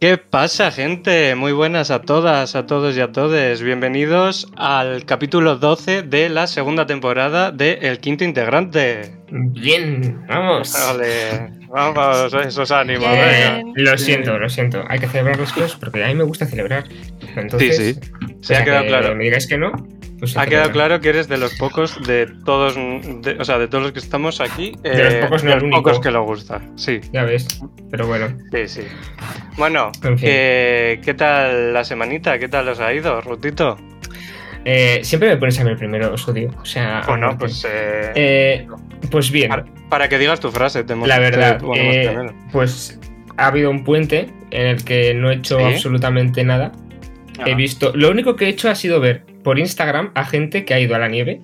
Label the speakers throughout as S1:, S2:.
S1: ¿Qué pasa, gente? Muy buenas a todas, a todos y a todes. Bienvenidos al capítulo 12 de la segunda temporada de El Quinto Integrante.
S2: Bien, vamos.
S1: Ah,
S2: Eh,
S1: Vale, vamos, esos ánimos, venga.
S3: Bien.
S2: Lo siento, lo siento. Hay que celebrar las cosas porque a mí me gusta celebrar. Entonces,
S1: Sí, sí.
S2: o
S1: Se
S2: sea,
S1: ha quedado
S2: que
S1: claro.
S2: Me digáis que no. pues se
S1: Ha quedado
S2: celebra.
S1: claro que eres de los pocos de todos, de- o sea, de todos los que estamos aquí, eh,
S2: De los pocos, no el único.
S1: pocos que le gusta. Sí,
S2: Ya ves. Pero bueno.
S1: sí, sí. Bueno,
S2: En fin.
S1: ¿qué, qué tal la semanita? ¿Qué tal os ha ido, Rutito?
S2: Eh, siempre me pones a mí el primero, os odio. O sea.
S1: Bueno,
S2: aparte.
S1: pues eh,
S2: Eh, pues bien,
S1: Para, para que digas tu frase, te hemos-
S2: la verdad.
S1: te ponemos
S2: eh,
S1: primero.
S2: pues ha habido un puente en el que no he hecho
S1: ¿Sí?
S2: absolutamente nada. He
S1: Ah,
S2: visto. Lo único que he hecho ha sido ver por Instagram a gente que ha ido a la nieve,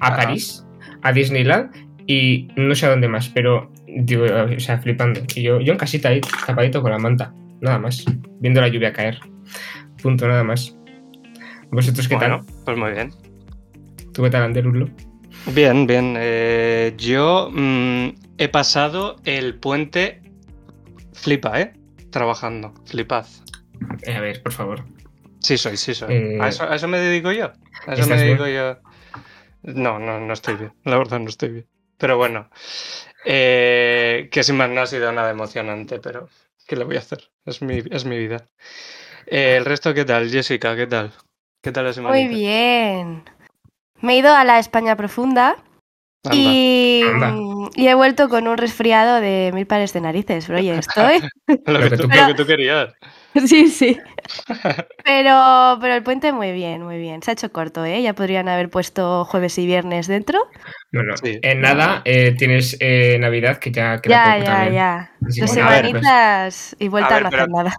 S2: a
S1: Ah.
S2: París, a Disneyland y no sé a dónde más, pero digo, o sea, flipando. Y yo, yo en casita ahí, tapadito con la manta, nada más, viendo la lluvia caer. Punto, nada más. ¿Vosotros qué
S1: bueno, pues muy bien.
S2: tal? ¿Tú qué tal, Anderulo?
S1: Bien, bien. eh, yo mm, he pasado el puente. Flipa, ¿eh? Trabajando. Flipad.
S2: Eh, a ver, por favor.
S1: Sí, soy, sí, soy.
S2: Eh,
S1: ¿A, eso, a eso me dedico yo. A eso
S2: ¿estás
S1: me
S2: bien?
S1: dedico yo. No, no, no estoy bien. La verdad, no estoy bien. Pero bueno. eh, que sin más no ha sido nada emocionante, pero ¿qué le voy a hacer? Es mi, es mi vida. Eh, el resto, ¿qué tal? Jessica, ¿qué tal? ¿Qué tal la semana?
S3: Muy bien. Me he ido a la España profunda y,
S2: Anda.
S3: mm, y he vuelto con un resfriado de mil pares de narices, pero oye, estoy.
S1: Lo que, tú, lo
S3: Pero-
S1: que tú querías.
S3: sí, sí. Pero, pero el puente muy bien, muy bien. Se ha hecho corto, ¿eh? Ya podrían haber puesto jueves y viernes dentro.
S2: Bueno,
S1: Sí.
S2: en nada eh, tienes eh, Navidad, que ya queda
S3: ya,
S2: poco
S3: ya,
S2: también.
S3: ya.
S2: Así
S3: Dos
S2: que, a ver, pues,
S3: semanitas y vuelta a,
S1: A ver,
S3: no hacer
S1: pero-
S3: nada.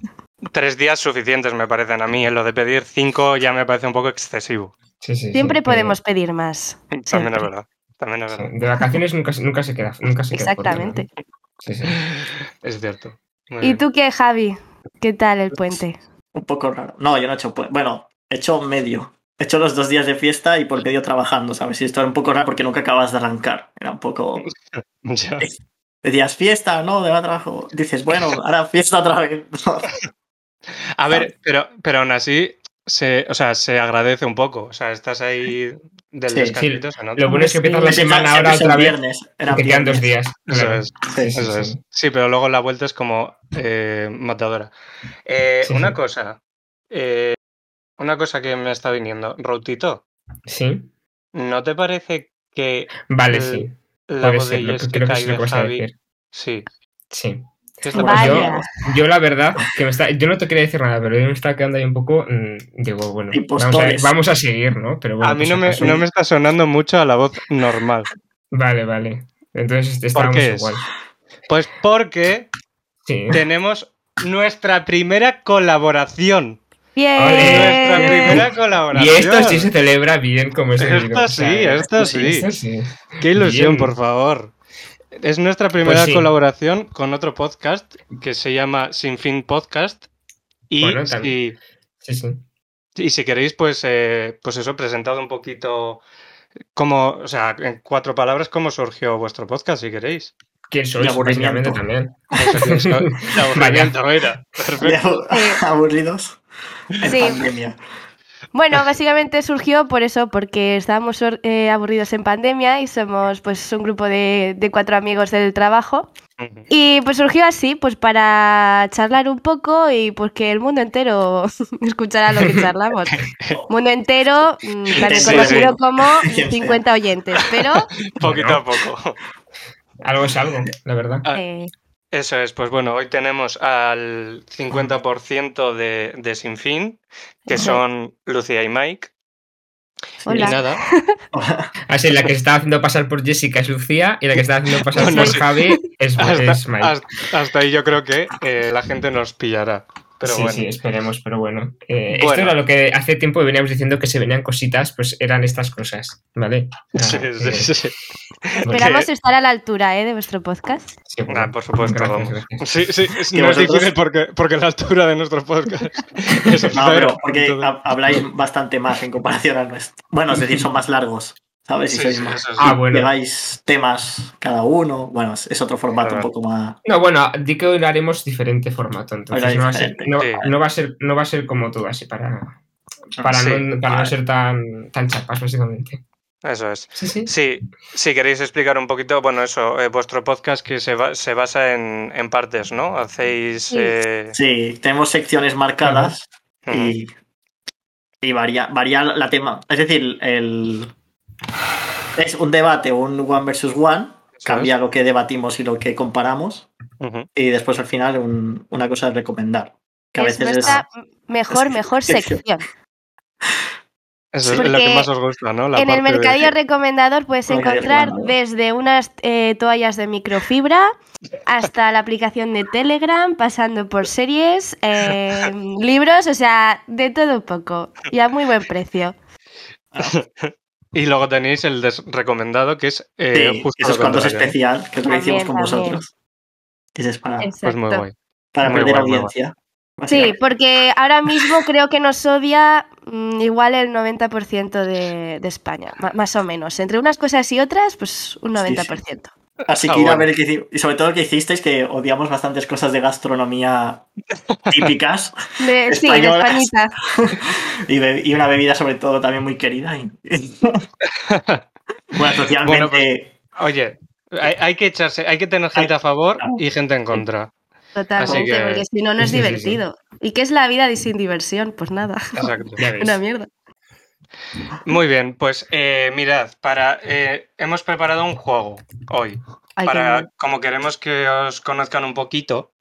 S1: Tres días suficientes me parecen a mí. En lo de pedir cinco ya me parece un poco excesivo.
S2: sí, sí, sí,
S3: Siempre
S2: pero-
S3: podemos pedir más.
S1: También
S3: Siempre.
S1: es verdad. También es
S2: Sí,
S1: verdad.
S2: De vacaciones nunca, se- nunca se queda. Nunca se queda corto, ¿no?
S3: Exactamente.
S2: Sí, sí.
S1: Es cierto. Muy
S3: ¿Y
S1: bien.
S3: tú qué, Javi? ¿Qué tal el puente?
S4: Un poco raro. No, yo no he hecho. pu- Bueno, he hecho medio. He hecho los dos días de fiesta y por medio trabajando, ¿sabes? Y esto era un poco raro porque nunca acabas de arrancar. Era un poco.
S1: Ya.
S4: Decías fiesta, no, de trabajo. Dices, bueno, ahora fiesta otra vez.
S1: A ver, pero, pero aún así se, o sea, se agradece un poco. O sea, estás ahí del
S4: Sí, sí.
S1: descansito. se nota.
S2: Lo bueno es que empiezas la
S4: Empecé-
S2: semana ahora
S4: empecé el
S2: otra vez.
S4: viernes.
S2: y
S4: Era
S2: Te quedan dos
S4: viernes.
S2: días.
S1: Eso
S2: claro.
S1: es.
S4: Sí, sí,
S1: Eso
S2: sí,
S1: es.
S2: sí.
S1: Sí, pero luego la vuelta es como eh, matadora. Eh,
S2: Sí,
S1: una
S2: sí.
S1: cosa. eh, una cosa que me está viniendo. Rautito,
S2: Sí.
S1: ¿no te parece que
S2: Vale,
S1: El-
S2: sí.
S1: la
S2: Puede
S1: voz
S2: ser.
S1: de
S2: Lo que creo
S1: Jessica
S2: que es
S1: y
S2: lo
S1: de
S2: que vas a
S1: Javi?
S2: decir.
S1: Sí.
S2: Sí.
S1: ¿Qué está
S2: Yo-
S1: pasando?
S3: Vaya.
S2: Yo, la verdad, que me está. Yo no te quería decir nada, pero yo me está quedando ahí un poco. mm, digo, bueno. Vamos a, ver,
S4: Impostores.
S2: vamos a seguir, ¿no? Pero bueno.
S1: a mí
S2: pues
S1: no me,
S2: acaso-
S1: no me está sonando mucho a la voz normal.
S2: Vale, vale. Entonces este, estábamos
S1: qué es?
S2: igual.
S1: Pues porque
S2: Sí.
S1: ¿Eh? tenemos nuestra primera colaboración.
S3: Bien.
S2: Ole.
S1: Nuestra primera
S2: Y
S1: colaboración.
S2: esto sí se celebra bien como es debido,
S1: Esto
S2: o
S1: sí,
S2: sea,
S1: esto sí.
S2: esto sí.
S1: Qué ilusión,
S2: Bien.
S1: por favor. Es nuestra primera
S2: sí.
S1: colaboración con otro podcast que se llama Sin Fin Podcast. Y,
S2: Bueno,
S1: si,
S2: también. Sí, sí.
S1: y si queréis, pues, eh, pues eso, presentado un poquito como, o sea, en cuatro palabras, cómo surgió vuestro podcast, si queréis.
S2: ¿Quién sois?
S4: Y aburrimiento.
S2: básicamente, también.
S1: Eso que es, ¿no? De aburrimiento, mira.
S4: De
S1: Perfecto.
S4: abu-
S3: Sí.
S4: Aburridos. En
S3: Sí.
S4: pandemia. Pues-
S3: Bueno, básicamente surgió por eso, porque estábamos or- eh, aburridos en pandemia y somos pues un grupo de, de cuatro amigos del trabajo. Y pues surgió así, pues para charlar un poco y pues que el mundo entero escuchara lo que charlamos. Mundo entero, mm, también
S1: Sí,
S3: conocido
S4: sí.
S3: como
S4: Bien,
S3: 50 oyentes, pero
S1: Poquito a poco.
S2: Algo es algo, la verdad.
S1: Ah.
S3: eh,
S1: Eso es, pues bueno, hoy tenemos al 50% de, de Sin Fin, que
S3: Ujú.
S1: son Lucía y Mike. Y
S3: hola.
S1: nada,
S2: Así, Ah, la que se estaba haciendo pasar por Jessica es Lucía y la que se estaba haciendo pasar
S1: No, no
S2: por
S1: sé. Ah,
S2: Javi es,
S4: pues
S1: hasta,
S2: es Mike.
S1: hasta- hasta ahí yo creo que eh, la gente nos pillará. Pero
S2: sí,
S1: bueno,
S2: sí, esperemos, pero bueno. Eh, Esto
S1: Bueno.
S2: era lo que hace tiempo veníamos diciendo que se venían cositas, pues eran estas cosas, ¿vale? Ah,
S1: Sí,
S2: eh,
S1: sí, sí, sí.
S2: bueno,
S3: Esperamos estar a la altura ¿eh? de vuestro podcast.
S2: sí, bueno.
S1: Ah, por supuesto,
S2: Gracias,
S1: vamos.
S2: gracias.
S1: Sí, sí, es-
S4: Que
S1: no es
S4: vosotros-
S1: difícil porque, porque la altura de nuestro podcast es
S4: No,
S1: cero,
S4: pero porque
S1: entonces-
S4: ha- habláis bastante más en comparación al nuestro. Bueno, es decir, son más largos. ¿Sabes? Si
S1: Sí,
S4: sois
S1: sí,
S4: más-
S1: eso sí.
S2: Ah, bueno.
S4: lleváis temas cada uno. Bueno, es, es otro formato un
S1: Claro.
S4: poco más.
S2: No, bueno, di que hoy lo haremos diferente formato,
S4: Ahora
S2: entonces no va, a ser,
S4: diferente.
S2: no,
S1: Sí.
S2: no va a ser, no va a ser como todo así para, para,
S1: Sí,
S2: no, para no
S4: vale.
S2: ser tan, tan chapas, básicamente.
S1: Ah, Eso es.
S2: Sí, sí.
S1: Sí, si queréis explicar un poquito, bueno, eso, eh, vuestro podcast que se, ba- se basa en, en partes, ¿no? Hacéis...
S3: Sí.
S1: eh, mm,
S4: Sí, tenemos secciones marcadas y, y varía, varía la tema. Es decir, el, es un debate, un one versus one.
S1: ¿sabes?
S4: Cambia lo que debatimos y lo que comparamos.
S1: Ujú.
S4: Y después al final un- una cosa de recomendar. Que a
S3: es
S4: veces es.
S3: nuestra mejor, mejor
S4: sección.
S3: sección.
S1: Eso es
S3: Porque
S1: lo que más os gusta, ¿no? La
S3: en el
S1: parte de-
S3: mercadillo recomendador puedes
S4: Mercadillo
S3: encontrar
S4: recomendador.
S3: desde unas eh, toallas de microfibra hasta la aplicación de Telegram, pasando por series, eh, libros, o sea, de todo un poco. Y a muy buen precio.
S1: Y luego tenéis el desrecomendado, que es eh,
S4: Sí,
S1: justo
S4: eso es
S1: lo
S4: cuando es
S1: contrario, ¿no?
S4: especial, que es lo que hicimos
S3: También,
S4: con
S3: también.
S4: vosotros. Dices para,
S1: Pues muy guay.
S4: para
S1: muy guay, muy
S4: perder
S1: guay.
S4: audiencia.
S3: Sí,
S4: básicamente.
S3: porque ahora mismo creo que nos odia mm, igual el 90% de, de España, ma- más o menos. Entre unas cosas y otras, pues un
S4: Sí, sí.
S3: 90%.
S4: Así que
S1: Ah,
S4: ir a
S1: bueno.
S4: ver el que hici- Y sobre todo el que hicisteis, que odiamos bastantes cosas de gastronomía típicas.
S3: De- sí, de
S4: Españolas.
S3: Españita.
S4: Y, be- y una bebida, sobre todo, también muy querida. y- bueno, socialmente.
S1: Bueno,
S2: pues,
S1: Oye, hay, hay que echarse, hay que tener gente a favor y gente en contra. Así
S3: Totalmente,
S1: que-
S3: porque si no, no es
S2: Sí, sí, sí.
S3: divertido. ¿Y qué es la vida de- sin diversión? Pues nada,
S1: Exacto.
S2: Ya ves.
S3: una mierda.
S1: Muy bien, pues eh, mirad, para eh, hemos preparado un juego hoy.
S3: Ay, qué
S1: para,
S3: mal.
S1: como queremos que os conozcan un poquito,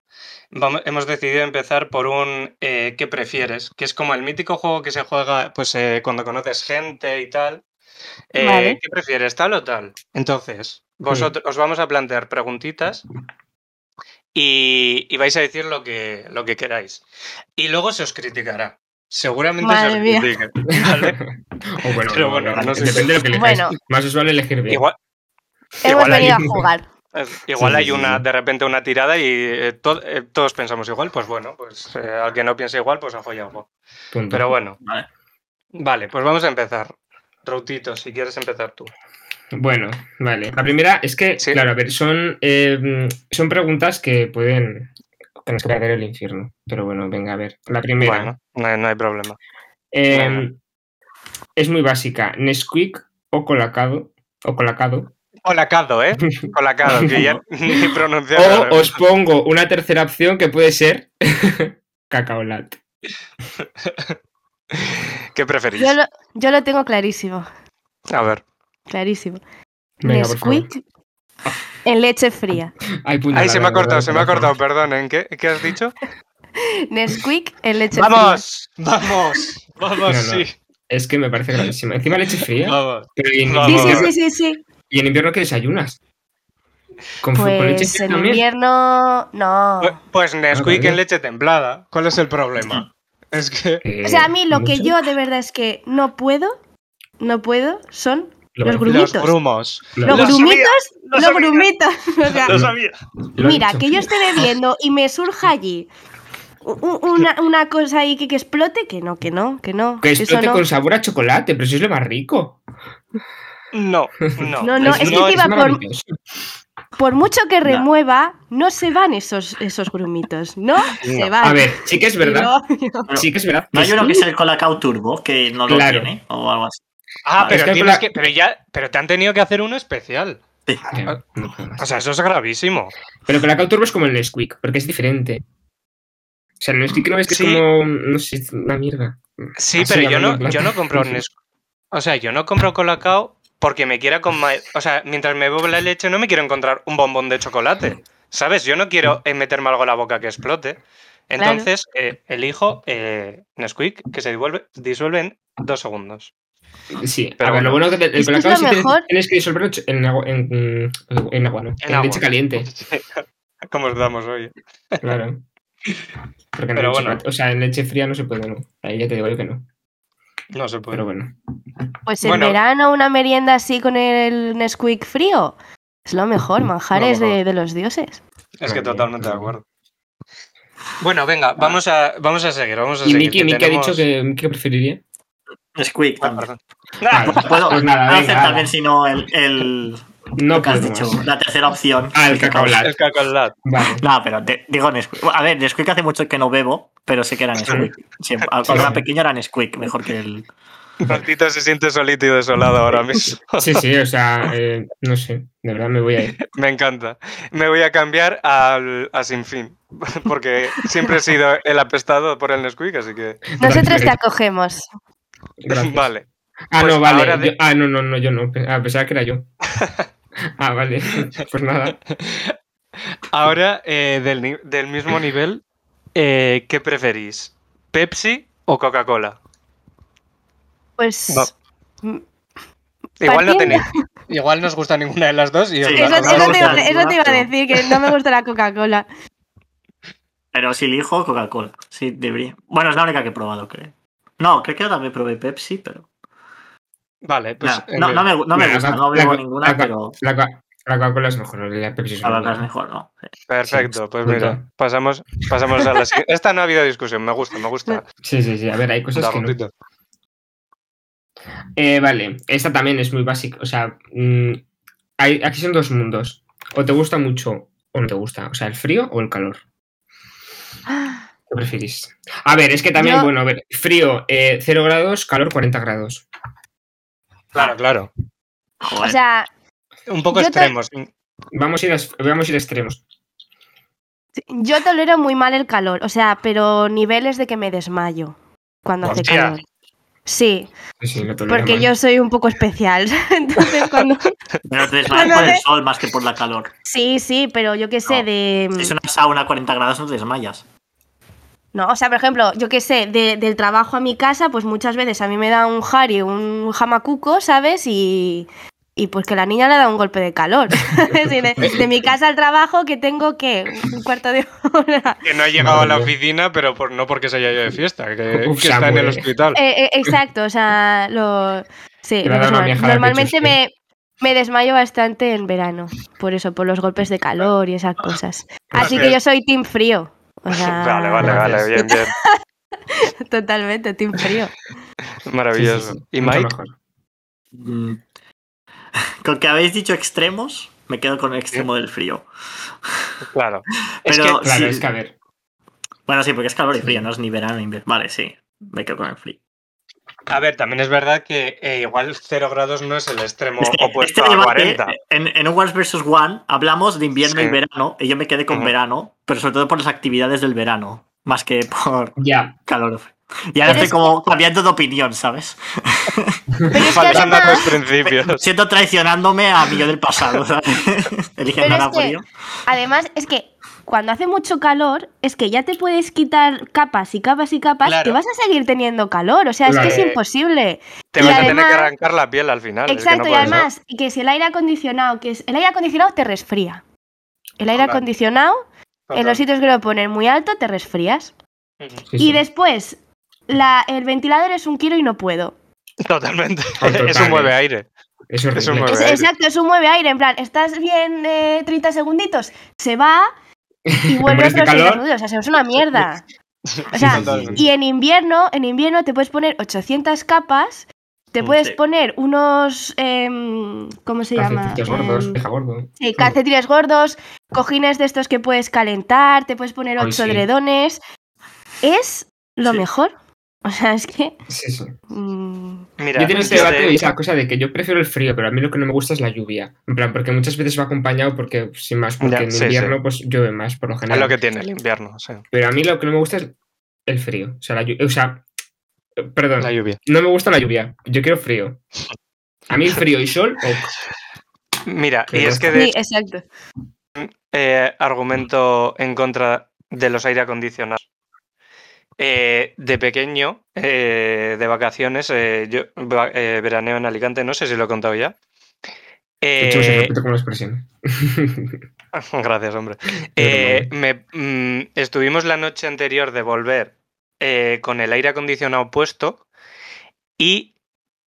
S1: vamo- hemos decidido empezar por un eh, ¿qué prefieres? Que es como el mítico juego que se juega pues eh, cuando conoces gente y tal. Eh,
S3: Vale. Hmm.
S1: ¿Qué prefieres, tal o tal? Entonces, vosotros os vamos a plantear preguntitas y, y vais a decir lo que, lo que queráis. Y luego se os criticará. Seguramente se
S3: Madre
S1: os
S3: mía.
S1: critique. ¿vale?
S2: O bueno,
S1: Pero
S2: no,
S1: bueno,
S2: vale,
S1: no sé.
S2: depende de lo que elijáis.
S3: Bueno.
S2: Más os vale elegir bien.
S1: Igual,
S3: Hemos
S1: igual hay-
S3: venido a jugar.
S1: Eh, Igual
S2: Sí,
S1: hay
S2: sí, sí,
S1: una,
S2: sí.
S1: de repente una tirada y eh, to- eh, todos pensamos igual, pues bueno, pues eh, al que no piensa igual, pues ha follado.
S2: Punto.
S1: Pero bueno,
S4: Vale.
S1: vale, pues vamos a empezar. Routito, si quieres empezar tú.
S2: Bueno, vale. La primera es que,
S1: Sí.
S2: claro, a ver, son, eh, son preguntas que pueden. Tenemos que perder el infierno. Pero bueno, venga, a ver. La primera.
S1: Bueno, no hay, no hay problema.
S2: eh,
S1: venga.
S2: es muy básica. Nesquik o colacado. O colacado.
S1: Colacado, ¿eh? Colacado, que ya ni pronunciado.
S2: O os pongo una tercera opción que puede ser cacaolat.
S1: ¿Qué preferís?
S3: Yo lo, yo lo tengo clarísimo,
S1: A ver.
S3: clarísimo.
S2: Venga, por favor.
S3: Nesquik en leche fría.
S2: Ay, puñalada,
S1: Ay, se me ha cortado,
S2: ¿verdad?
S1: se me ha cortado, perdón, ¿en qué, qué has dicho?
S3: Nesquik en leche
S1: ¡Vamos! ¡Vamos! ¡Vamos,
S2: No, no.
S1: sí!
S2: Es que me parece gravísimo. Encima leche fría.
S1: ¡Vamos!
S2: Pero y, en
S1: Vamos.
S3: fría. Sí,
S2: invierno-
S3: sí, sí, sí, sí.
S2: ¿Y en invierno qué desayunas? ¿Con, fu- con leche
S3: Pues
S2: fría
S3: en
S2: también?
S3: invierno, no.
S1: Pues- Pues Nesquik
S2: vale.
S1: en leche templada. ¿Cuál es el problema? Es que...
S2: Eh,
S3: O sea, a mí lo que
S2: mucho.
S3: yo de verdad es que no puedo, no puedo, son
S2: Lo-
S3: los
S1: Los
S3: grumitos.
S1: grumos.
S2: Lo-
S3: Los
S1: Lo sabía,
S3: grumitos,
S1: lo
S3: los
S1: sabía.
S3: grumitos. O sea,
S1: Lo sabía.
S2: lo ha
S3: Mira,
S2: dicho.
S3: que yo esté bebiendo y me surja allí u- u- una, una cosa ahí que, que explote, que no, que no, que no.
S2: Que
S3: eso
S2: explote
S3: no.
S2: con sabor a chocolate, pero eso es lo más rico.
S1: No, no.
S3: No, no, es que te iba por-
S2: maravilloso.
S3: Por mucho que
S4: No.
S3: remueva, no se van esos, esos grumitos, no, se van.
S2: A ver, sí que es verdad.
S3: Y no-
S2: Sí que es verdad.
S4: No hay uno que
S2: sí.
S4: es el Colacao Turbo, que no lo
S2: Claro.
S4: tiene, o algo así.
S1: Ah,
S2: Es
S1: pero
S2: que
S1: tienes
S2: con la-
S1: que. Pero ya. Pero te han tenido que hacer uno especial.
S2: Ya, no puedo más.
S1: O sea, eso es gravísimo.
S2: Pero con la Turbo es como el Nesquik, porque es diferente. O sea, el Nesquik no ves que
S1: Sí.
S2: es como. No sé, es una mierda.
S1: Sí,
S2: Así
S1: pero
S2: la
S1: yo
S2: venden
S1: no,
S2: en plan.
S1: yo no compro Nes- O sea, yo no compro colacao porque me quiera con ma- O sea, mientras me bebo la leche no me quiero encontrar un bombón de chocolate. ¿Sabes? Yo no quiero eh, meterme algo en la boca que explote. Entonces, eh, elijo eh, Nesquik, que se disuelve, disuelve en dos segundos.
S2: Sí,
S1: Pero
S2: a ver, lo bueno que te- el
S3: Es que es
S2: Colacao
S3: lo
S2: sí tienes-
S3: mejor.
S2: tienes que disolverlo en agua, en, en agua, ¿no? En,
S1: agua.
S2: leche caliente,
S1: ¿Cómo os damos hoy?
S2: claro. Porque en
S1: Pero
S2: leche
S1: bueno.
S2: pat- o sea, en leche fría no se puede, no. Ahí ya te digo yo que no.
S1: No se puede.
S2: Pero bueno.
S3: Pues en
S1: Bueno.
S3: verano una merienda así con el Nesquik frío. Es lo mejor, manjares
S1: No, no, no.
S3: de, de los dioses.
S1: Es que
S2: Madre mía,
S1: totalmente de
S2: madre mía.
S1: acuerdo. Ah. Bueno, venga, vamos a, vamos a seguir, vamos a
S2: Y
S1: seguir.
S2: Miki,
S1: que
S2: Miki ha
S1: tenemos-
S2: dicho que Miki que preferiría.
S4: Squeak
S1: Ah,
S4: también.
S1: perdón.
S2: Vale,
S4: Puedo
S2: pues nada,
S4: puedo
S2: venga,
S4: hacer
S2: ala.
S4: también, si no, el, el-
S2: No
S4: lo que has
S2: puedo
S4: dicho,
S2: más.
S4: la tercera opción.
S2: Ah, el cacaolat.
S1: El cacolat.
S2: Vale.
S4: No, pero te- digo Nesquik. Bueno, A ver, Nesquik hace mucho que no bebo, pero sé que eran Nesquik. Siempre- Cuando era pequeño eran Nesquik, mejor que el.
S1: Tantito se siente solito y desolado ahora mismo.
S2: Sí, sí, o sea, eh, no sé. De verdad me voy a ir.
S1: Me encanta. Me voy a cambiar al, a Sin Fin, porque siempre he sido el apestado por el Nesquik, así que...
S3: Nosotros te acogemos.
S2: Gracias.
S1: Vale.
S2: Ah,
S1: Pues
S2: no, vale.
S1: ahora de-
S2: yo- ah, no, no, no, yo no. Ah, pensaba que era yo. Ah, vale. Pues nada.
S1: Ahora, eh, del, ni- del mismo nivel, eh, ¿qué preferís? ¿Pepsi o Coca-Cola?
S3: Pues
S1: No.
S3: mm,
S1: Igual no
S3: Partiendo-
S1: tenéis. Igual no os gusta ninguna de las dos y os
S4: Sí,
S1: la
S3: eso,
S1: tomáis.
S4: Coca-Cola
S3: eso te, iba-
S4: gusta,
S3: eso te iba a
S4: pero-
S3: decir, que no me gusta la Coca-Cola.
S4: Pero si elijo Coca-Cola. Sí, debería. Bueno, es la única que he probado, creo. No, creo que yo también probé Pepsi, pero.
S1: Vale, pues.
S4: Nah, no, no me, no me
S2: Mira,
S4: gusta,
S2: la-
S4: no
S2: la-
S4: bebo
S2: la-
S4: ninguna,
S2: la-
S4: pero
S2: La, Coca- la Coca-Cola es mejor, la Pepsi es
S4: la
S2: mejor.
S4: verdad es mejor, ¿no?
S1: Perfecto, pues
S2: puta.
S1: mira, pasamos, pasamos a la siguiente. Esta no ha habido discusión, me gusta, me gusta.
S2: Sí, sí, sí. A ver, hay cosas
S1: La
S2: que no.
S1: rondita.
S2: Eh, vale, esta también es muy básica. O sea, mm, hay, aquí son dos mundos. O te gusta mucho o no te gusta. O sea, el frío o el calor. ¿Qué preferís? A ver, es que también,
S3: Yo-
S2: bueno, a ver, frío eh, 0 grados, calor 40 grados.
S1: Claro, claro.
S4: Joder.
S3: O sea,
S1: Un poco
S3: Yo te-
S1: extremos.
S2: Vamos a ir, a, vamos a ir a extremos.
S3: yo tolero muy mal el calor, o sea, pero niveles de que me desmayo cuando hace
S1: Hostia.
S3: calor. Sí,
S2: Sí, sí, lo tolero
S3: porque
S2: mal.
S3: yo soy un poco especial. Entonces, cuando.
S4: pero te desmayas
S3: Bueno,
S4: por el
S3: de-
S4: sol más que por la calor.
S3: Sí, sí, pero yo qué sé,
S4: No.
S3: de.
S4: Si es una sauna a 40 grados, no te desmayas.
S3: No, o sea, por ejemplo, yo qué sé, de- del trabajo a mi casa, pues muchas veces a mí me da un jari, un jamacuco, ¿sabes? Y, y pues que la niña le da un golpe de calor. ¿sabes? Y de, de mi casa al trabajo, que tengo que un cuarto de hora.
S1: Que no ha llegado a la
S2: Madre mía.
S1: oficina, pero por, no porque se haya ido de fiesta, que,
S2: Uf,
S1: que está en el
S2: Samuel.
S1: hospital.
S3: Eh, eh, exacto, o sea, lo. Sí,
S2: Te va a dar una
S3: lo normal.
S2: viajada al
S3: normalmente
S2: pecho,
S3: me, me desmayo bastante en verano, por eso, por los golpes de calor y esas cosas. Así que yo soy team frío. o sea,
S1: Vale, vale, vale, bien, bien.
S3: Totalmente, team frío.
S2: Sí, sí, sí.
S1: Maravilloso. ¿Y
S2: Mucho
S1: Mike?
S2: mejor.
S4: Mm. Con que habéis dicho extremos, me quedo con el extremo del frío.
S1: Claro.
S4: Pero
S1: es que
S2: Claro,
S4: Sí.
S2: es que a ver.
S4: Bueno, sí, porque es calor y frío, no es ni verano ni invierno. Vale, sí, me quedo con el frío.
S1: A ver, también es verdad que eh, igual 0 grados no es el extremo
S4: Este-
S1: opuesto
S4: este
S1: pues a
S4: debate,
S1: 40.
S4: En, en un One vs. One hablamos de invierno
S1: Sí.
S4: y verano, y yo me quedé con
S1: Ujú.
S4: verano, pero sobre todo por las actividades del verano, más que por
S2: Ya.
S4: calor o frío. Y ahora
S3: Pero
S4: estoy
S3: es
S4: como cambiando de opinión, ¿sabes?
S3: Pero es que
S1: Faltando a
S3: además-
S1: tus principios.
S4: Siento traicionándome a mi yo del pasado, ¿sabes? Eligiendo
S3: Pero
S4: a
S3: es que-
S4: Napoleón.
S3: Además, es que cuando hace mucho calor, es que ya te puedes quitar capas y capas y capas,
S1: Claro.
S3: que vas a seguir teniendo calor. O sea, es que
S1: Claro.
S3: es imposible.
S1: Te
S3: Y
S1: vas a tener que
S3: además-
S1: arrancar la piel al final. es que no
S3: Exacto, y
S1: puede ser.
S3: además, y que si el aire acondicionado, que es. El aire acondicionado te resfría. El aire
S1: Total.
S3: acondicionado, en los
S1: Total.
S3: sitios que lo ponen muy alto, te resfrías.
S1: Ujú.
S2: sí,
S3: Y
S2: sí.
S3: después, la, el ventilador es un kilo y no puedo.
S1: Totalmente.
S2: Total.
S1: Eso mueve aire.
S2: Es horrible.
S1: es un mueve
S3: Es-
S1: aire.
S3: exacto, es un mueve aire. En plan, estás bien eh, 30 segunditos, se va y vuelve
S2: mueres de
S3: otros 30
S2: calor.
S3: segundos. O sea, es una mierda. O
S1: este Sí,
S3: sea,
S1: totalmente.
S3: Y en invierno, en invierno te puedes poner 800 capas, te
S4: Mm,
S3: puedes
S4: sí.
S3: poner unos, em, ¿cómo se llama?
S2: Calcetines gordos,
S3: Em,
S2: deja gordo.
S3: sí, calcetines gordos, cojines de estos que puedes calentar, te puedes poner
S2: Ay,
S3: ocho
S2: sí.
S3: dredones. Es lo
S4: Sí.
S3: mejor. O sea, es que...
S2: Sí, sí.
S3: mm,
S1: Mira,
S2: Yo tengo este
S1: desde-
S2: debate y esa cosa de que yo prefiero el frío, pero a mí lo que no me gusta es la lluvia. En plan, porque muchas veces va acompañado porque, sin más, porque
S1: Ya,
S2: en
S1: sí,
S2: invierno pues llueve más por lo
S1: Es
S2: general.
S1: lo que tiene el invierno, o sea,
S2: Pero a mí lo que no me gusta es el frío. O sea, la lluvia. O sea, eh, perdón,
S1: la lluvia.
S2: no me gusta la lluvia. Yo quiero frío. A mí frío y sol, oh, ok.
S1: Mira, y
S2: Pero-
S1: es que de
S3: Sí,
S1: hecho,
S3: exacto.
S1: eh, argumento en contra de los aire acondicionados. Eh, de pequeño, eh, de vacaciones, eh, yo va- eh, veraneo en Alicante, no sé si lo he contado ya.
S2: De hecho, se
S1: Eh,
S2: repite como una expresión.
S1: Gracias, hombre.
S2: de
S1: Eh, me- mm, estuvimos la noche anterior de volver eh, con el aire acondicionado puesto y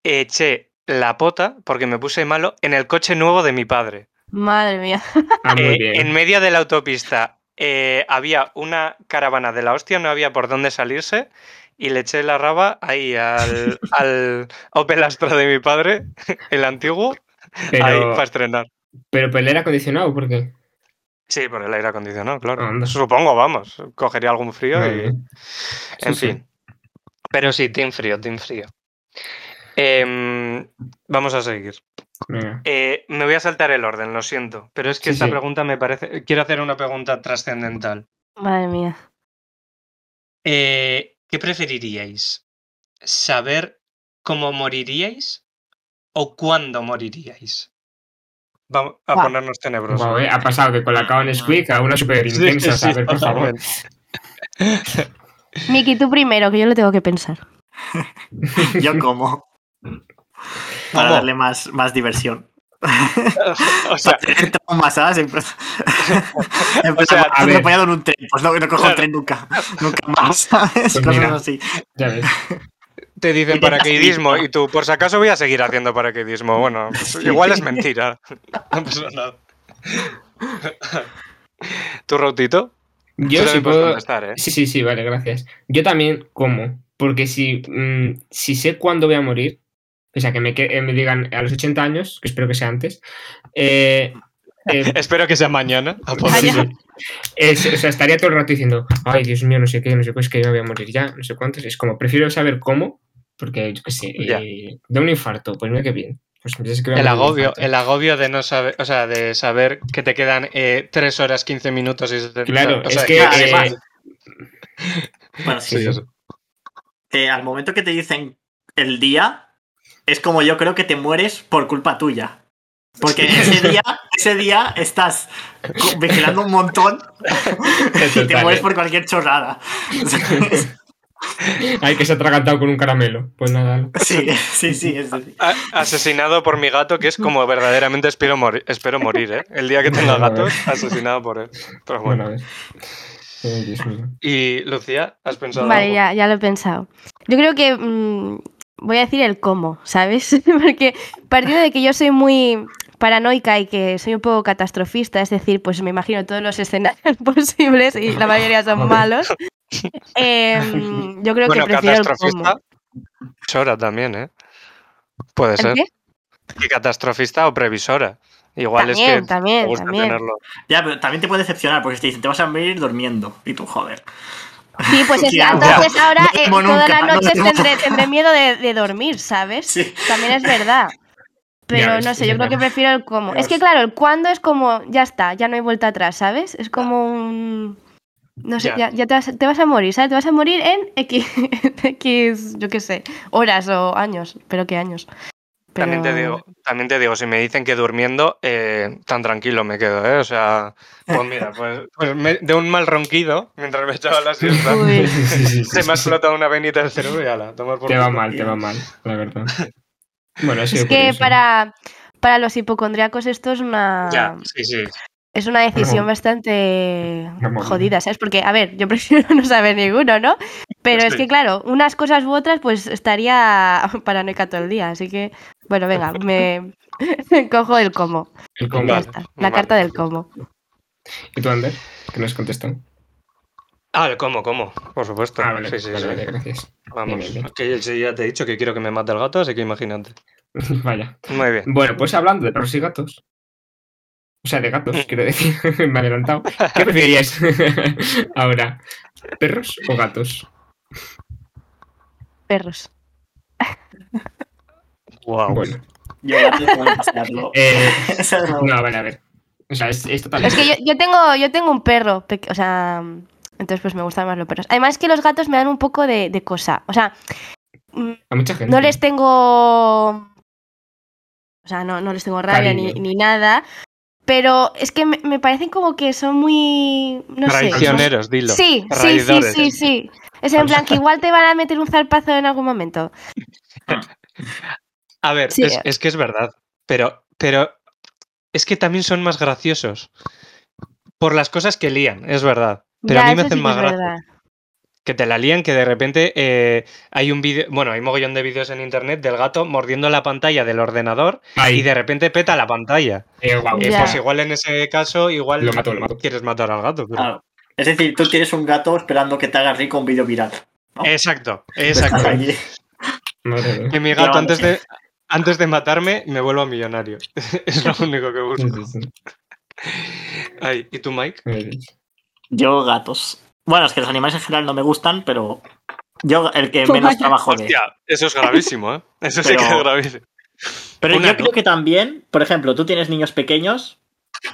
S1: eché la pota, porque me puse malo, en el coche nuevo de mi padre.
S3: Madre mía.
S2: Ah, muy
S1: Eh,
S2: bien.
S1: en medio de la autopista, eh, había una caravana de la hostia, no había por dónde salirse. Y le eché la raba ahí al, al Opel Astra de mi padre, el antiguo,
S2: Pero,
S1: ahí para estrenar.
S2: pero pelea acondicionado, ¿por qué?
S1: Sí, por el aire acondicionado, claro.
S2: Anda.
S1: Supongo, vamos. Cogería algún frío y.
S2: Vale. Sí,
S1: en
S2: sí.
S1: fin. Pero sí, team frío, team frío. Em, vamos a seguir.
S2: Venga.
S1: Eh, me voy a saltar el orden, lo siento. Pero es que
S2: Sí,
S1: esta
S2: sí.
S1: pregunta me parece. Quiero hacer una pregunta trascendental.
S3: Madre mía.
S1: Eh, ¿Qué preferiríais? ¿Saber cómo moriríais o cuándo moriríais? Vamos a
S3: Guau.
S1: ponernos tenebrosos.
S2: Guau, eh, ha pasado de Colacao en Squeak a una super
S1: Sí,
S2: intensa,
S1: sí,
S2: a ver, por favor.
S1: totalmente.
S3: Miki, tú primero, que yo lo tengo que pensar.
S4: Yo como. Para
S1: Como.
S4: darle más, más diversión.
S1: O sea,
S4: Tener traumas, ¿sabes? En plan- en plan,
S1: O sea,
S4: me
S2: a
S4: han
S2: ver.
S4: atropellado en un tren. Pues no, no cojo
S1: Claro.
S4: el tren nunca. Nunca más, ¿sabes?
S2: Pues
S4: Cosas
S2: mira.
S4: así.
S2: Ya ves.
S1: Te dicen
S4: Intentas
S1: paracaidismo
S4: evitar.
S1: y tú, por si acaso, voy a seguir haciendo paracaidismo. Bueno, pues
S4: Sí.
S1: igual es mentira. No pasa nada. ¿Tu Rautito?
S2: Yo
S1: Tú
S2: sí
S1: también puedes
S2: puedo.
S1: contestar, ¿eh?
S2: Sí, sí, sí, vale, gracias. Yo también como, porque si, mm, si sé cuándo voy a morir, o sea, que me, que- eh, me digan a los 80 años, que espero que sea antes, eh, eh, pues
S1: Espero que sea mañana. a poder
S2: sí,
S1: ser.
S2: sí. Es- o sea, estaría todo el rato diciendo, ay, Dios mío, no sé qué, no sé qué, es que yo me voy a morir ya, no sé cuántos. Es como, prefiero saber cómo, porque yo qué sé,
S1: Ya.
S2: eh, da un infarto, pues mira qué bien. Pues ya sé que voy a
S1: El
S2: morir de un
S1: agobio,
S2: infarto.
S1: el agobio de no saber, o sea, de saber que te quedan eh, 3 horas 15 minutos y setenta-
S2: Claro,
S1: o sea,
S2: es que
S1: y
S2: eh,
S1: además-
S4: Bueno, sí.
S1: Sí, eso.
S4: Eh, al momento que te dicen el día, es como yo creo que te mueres por culpa tuya. Porque ese día, ese día estás co- vigilando un montón y te
S2: Total,
S4: mueres
S2: eh.
S4: por cualquier chorrada.
S2: ay, que se ha atragantado con un caramelo. Pues nada,
S4: Sí, sí, sí. es decir.
S1: A- asesinado por mi gato, que es como verdaderamente espero, mori- espero morir, ¿eh? El día que tenga
S2: Bueno, a ver.
S1: gatos, asesinado por él. Pero
S2: bueno,
S1: bueno.
S2: a ver. Ay, Dios mío.
S1: ¿Y Lucía, has pensado
S3: Vale,
S1: algo?
S3: ya, ya lo he pensado. Yo creo que mm, voy a decir el cómo, ¿sabes? Porque partiendo de que yo soy muy paranoica y que soy un poco catastrofista, es decir, pues me imagino todos los escenarios posibles y la mayoría son
S2: Joder.
S3: malos. eh, mm, yo creo
S1: bueno,
S3: que prefiero el
S1: catastrofista.
S3: cómo.
S1: Previsora también, ¿eh? Puede
S3: ¿El
S1: ser.
S3: qué?
S1: Que catastrofista o previsora. Igual es
S3: También,
S1: que
S3: también,
S1: te gusta
S3: también.
S1: tenerlo.
S4: Ya, pero también te puede decepcionar porque te dicen te vas a morir durmiendo. Y tú, joder.
S3: Sí, pues es que
S4: Ya,
S3: entonces
S4: ya.
S3: ahora
S4: No
S3: eh,
S4: duermo
S3: todas
S4: nunca,
S3: las
S4: no
S3: noches
S4: duermo.
S3: tendré, tendré miedo de, de dormir, ¿sabes?
S4: Sí.
S3: También es verdad.
S2: Ya
S3: Pero
S2: ves,
S3: no sé,
S2: es
S3: yo creo que
S2: verdad.
S3: prefiero el cómo.
S4: Ya
S3: Es que
S4: ves.
S3: claro, el cuándo es como, ya está, ya no hay vuelta atrás, ¿sabes? Es como un... No sé,
S1: Ya.
S3: ya, ya te, vas, te vas a morir, ¿sabes? Te vas a morir en X, X yo qué sé, horas o años, pero qué años. Pero-
S1: También, te digo, también te digo, si me dicen que durmiendo, eh, tan tranquilo me quedo, ¿eh? O sea, pues mira, pues, pues me- de un mal ronquido, mientras me echaba la siesta,
S3: Uy.
S2: Sí, sí, sí,
S1: se
S2: sí,
S1: me ha
S2: sí.
S1: explotado una venita del cerebro y ala, tomar por
S2: Te va
S1: culo.
S2: mal, te va mal, la verdad. Bueno, ha sido
S3: Es que
S2: curioso.
S3: para, para los hipocondriacos esto es una...
S1: Ya, sí, sí.
S3: Es una decisión
S2: Bueno.
S3: bastante
S2: Vamos.
S3: jodida, ¿sabes? Porque, a ver, yo prefiero no saber ninguno, ¿no? Pero es
S1: Sí.
S3: que, claro, unas cosas u otras, pues estaría paranoica todo el día. Así que, bueno, venga, me cojo el cómo.
S2: El cómo.
S3: Ya
S1: Vale,
S3: está, la
S1: vale.
S3: carta del cómo.
S2: ¿Y tú, Ander? Que nos contestó.
S1: Ah, el cómo, cómo, por supuesto.
S2: Ah, vale,
S1: Pues, sí, sí,
S2: vale,
S1: sí.
S2: vale, gracias.
S1: Vamos,
S2: Bien, bien, bien.
S1: que yo ya te he dicho que quiero que me mate el gato, así que imagínate.
S2: Vaya.
S1: Muy bien.
S2: Bueno, pues hablando de perros y gatos. O sea, de
S1: Mm.
S2: gatos, quiero decir. Me he adelantado. ¿Qué preferirías ahora? ¿Perros o gatos?
S3: Perros.
S1: Wow.
S2: Bueno.
S4: Yo ya te puedo pasearlo.
S2: eh,
S4: Eso es lo-
S2: no, vale, a ver. O sea, es, es
S3: Es
S2: totalmente.
S3: que yo, yo tengo, yo tengo un perro, peque- o sea, entonces pues me gustan más los perros. Además que los gatos me dan un poco de, de cosa. O sea, mm,
S2: A mucha gente.
S3: no les tengo. O sea, no, no les tengo rabia ni,
S2: Cariño.
S3: ni nada. Pero es que me, me parecen como que son muy. No sé. son-
S1: Traicioneros, dilo.
S3: Sí, sí, sí,
S1: Traidores.
S3: sí, sí. Es en plan que igual te van a meter un zarpazo en algún momento.
S1: A ver,
S3: Sí.
S1: es, es que es verdad, pero, pero es que también son más graciosos. Por las cosas que lían, es verdad. Pero
S3: Ya,
S1: a mí me
S3: eso
S1: hacen
S3: sí que
S1: más
S3: es
S1: gracia.
S3: verdad.
S1: Que te la lían, que de repente eh, hay un vídeo, bueno, hay mogollón de vídeos en internet del gato mordiendo la pantalla del ordenador
S2: Ay,
S1: y de repente peta la pantalla.
S2: eh, guau,
S1: Eh,
S3: Ya.
S1: pues igual en ese caso, igual
S2: Lo mato, Ah, lo mato.
S1: quieres matar al gato. pero-
S4: Claro. Es decir, tú tienes un gato esperando que te hagas rico un vídeo viral. ¿no?
S1: Exacto,
S2: Pues
S1: exacto.
S4: Allí.
S2: Madre mía.
S1: Que mi
S4: Pero
S1: gato
S4: vamos,
S1: antes de, antes de matarme me vuelva millonario. es lo único que busco. Ay, ¿Y tú, Mike?
S4: Yo gatos. Bueno, es que los animales en general no me gustan, pero yo el que
S3: Pues
S4: menos
S3: vaya.
S4: trabajo de.
S1: Hostia, eso es gravísimo, ¿eh? Eso sí
S4: Pero-
S1: que es gravísimo.
S4: Pero
S1: una,
S4: yo
S1: ¿no?
S4: creo que también, por ejemplo, tú tienes niños pequeños,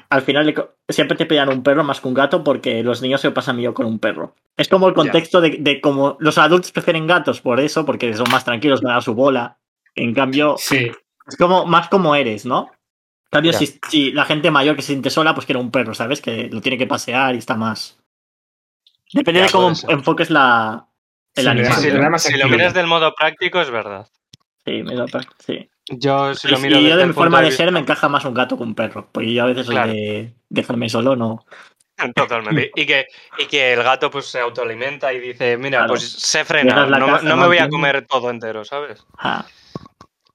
S4: al final le co- siempre te pillan un perro más que un gato porque los niños se lo pasan mejor con un perro. Es como el contexto de, de cómo los adultos prefieren gatos por eso, porque son más tranquilos, van a su bola. En cambio,
S2: Sí,
S4: es como más como eres, ¿no? En cambio,
S1: Ya.
S4: si, si la gente mayor que se siente sola, pues quiere un perro, ¿sabes? Que lo tiene que pasear y está más. Depende
S1: Ya,
S4: de cómo
S1: puede ser.
S4: enfoques la, el
S2: Sí,
S4: animal.
S2: sí,
S1: Si
S2: le da
S1: lo,
S2: más
S1: si lo
S2: actividad.
S1: miras del modo práctico, es verdad.
S4: Sí, me da per- sí.
S1: Yo si lo
S4: Y-
S1: miro
S4: y yo
S1: desde
S4: de
S1: el
S4: mi
S1: punto
S4: forma de,
S1: vista-
S4: ser me encaja más un gato que un perro. Porque yo a veces soy
S1: Claro.
S4: de dejarme solo, no.
S1: Totalmente. Y que, y que el gato pues se autoalimenta y dice, mira,
S4: Claro.
S1: pues sé frenar,
S4: Dejas la
S1: no, me-
S4: caja,
S1: no me
S4: ¿no?
S1: voy a
S4: Entiendo.
S1: comer todo entero, ¿sabes?
S4: Ah,